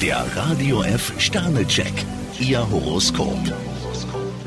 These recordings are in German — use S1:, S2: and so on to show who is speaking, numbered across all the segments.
S1: Der Radio F Sternecheck, Ihr Horoskop.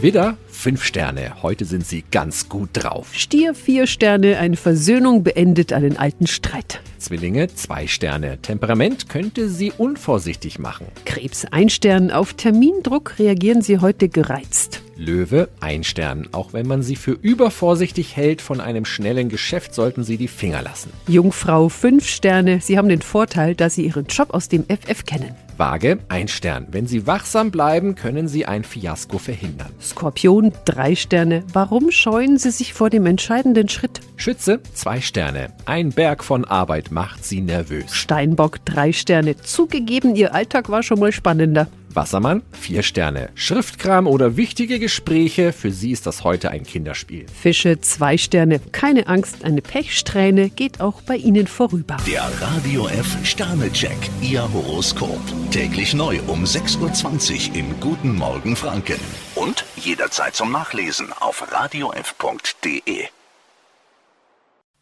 S2: Widder, fünf Sterne. Heute sind Sie ganz gut drauf.
S3: Stier, vier Sterne, eine Versöhnung beendet einen alten Streit.
S2: Zwillinge, zwei Sterne. Temperament könnte Sie unvorsichtig machen.
S3: Krebs, ein Stern, auf Termindruck reagieren Sie heute gereizt.
S2: Löwe, ein Stern. Auch wenn man Sie für übervorsichtig hält von einem schnellen Geschäft, sollten Sie die Finger lassen.
S3: Jungfrau, fünf Sterne, Sie haben den Vorteil, dass Sie Ihren Job aus dem FF kennen.
S2: Waage, ein Stern. Wenn Sie wachsam bleiben, können Sie ein Fiasko verhindern.
S3: Skorpion, drei Sterne, warum scheuen Sie sich vor dem entscheidenden Schritt?
S2: Schütze, zwei Sterne. Ein Berg von Arbeit macht Sie nervös.
S3: Steinbock, drei Sterne, zugegeben, Ihr Alltag war schon mal spannender.
S2: Wassermann, vier Sterne. Schriftkram oder wichtige Gespräche, für Sie ist das heute ein Kinderspiel.
S3: Fische, zwei Sterne, keine Angst, eine Pechsträhne geht auch bei Ihnen vorüber.
S1: Der Radio F Sternecheck, Ihr Horoskop. Täglich neu um 6.20 Uhr im Guten Morgen Franken. Und jederzeit zum Nachlesen auf radiof.de.